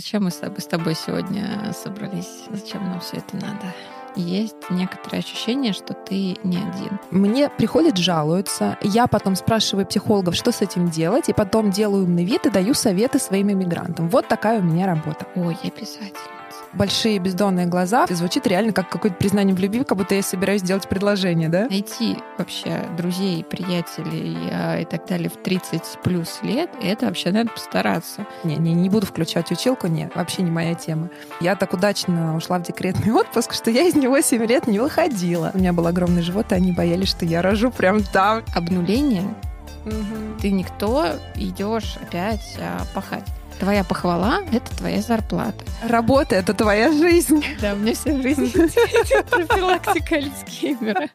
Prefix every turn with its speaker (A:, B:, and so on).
A: Зачем мы с тобой, с тобой сегодня собрались? Зачем нам все это надо? Есть некоторое ощущение, что ты не один.
B: Мне приходят, жалуются. Я потом спрашиваю психологов, что с этим делать, и потом делаю умный вид и даю советы своим иммигрантам. Вот такая у меня работа.
A: Ой, я писатель.
B: Большие бездонные глаза. И звучит реально как какое-то признание в любви, как будто я собираюсь сделать предложение, да?
A: Найти вообще друзей, приятелей а, и так далее в 30 плюс лет, это вообще надо постараться.
B: Не, не, не буду включать училку, нет, вообще не моя тема. Я так удачно ушла в декретный отпуск, что я из него 7 лет не выходила. У меня был огромный живот, и они боялись, что я рожу прям там.
A: Обнуление. Ты никто, идешь опять а, пахать. Твоя похвала — это твоя зарплата.
B: Работа — это твоя жизнь.
A: Да, у меня вся жизнь профилактика Альцгеймера.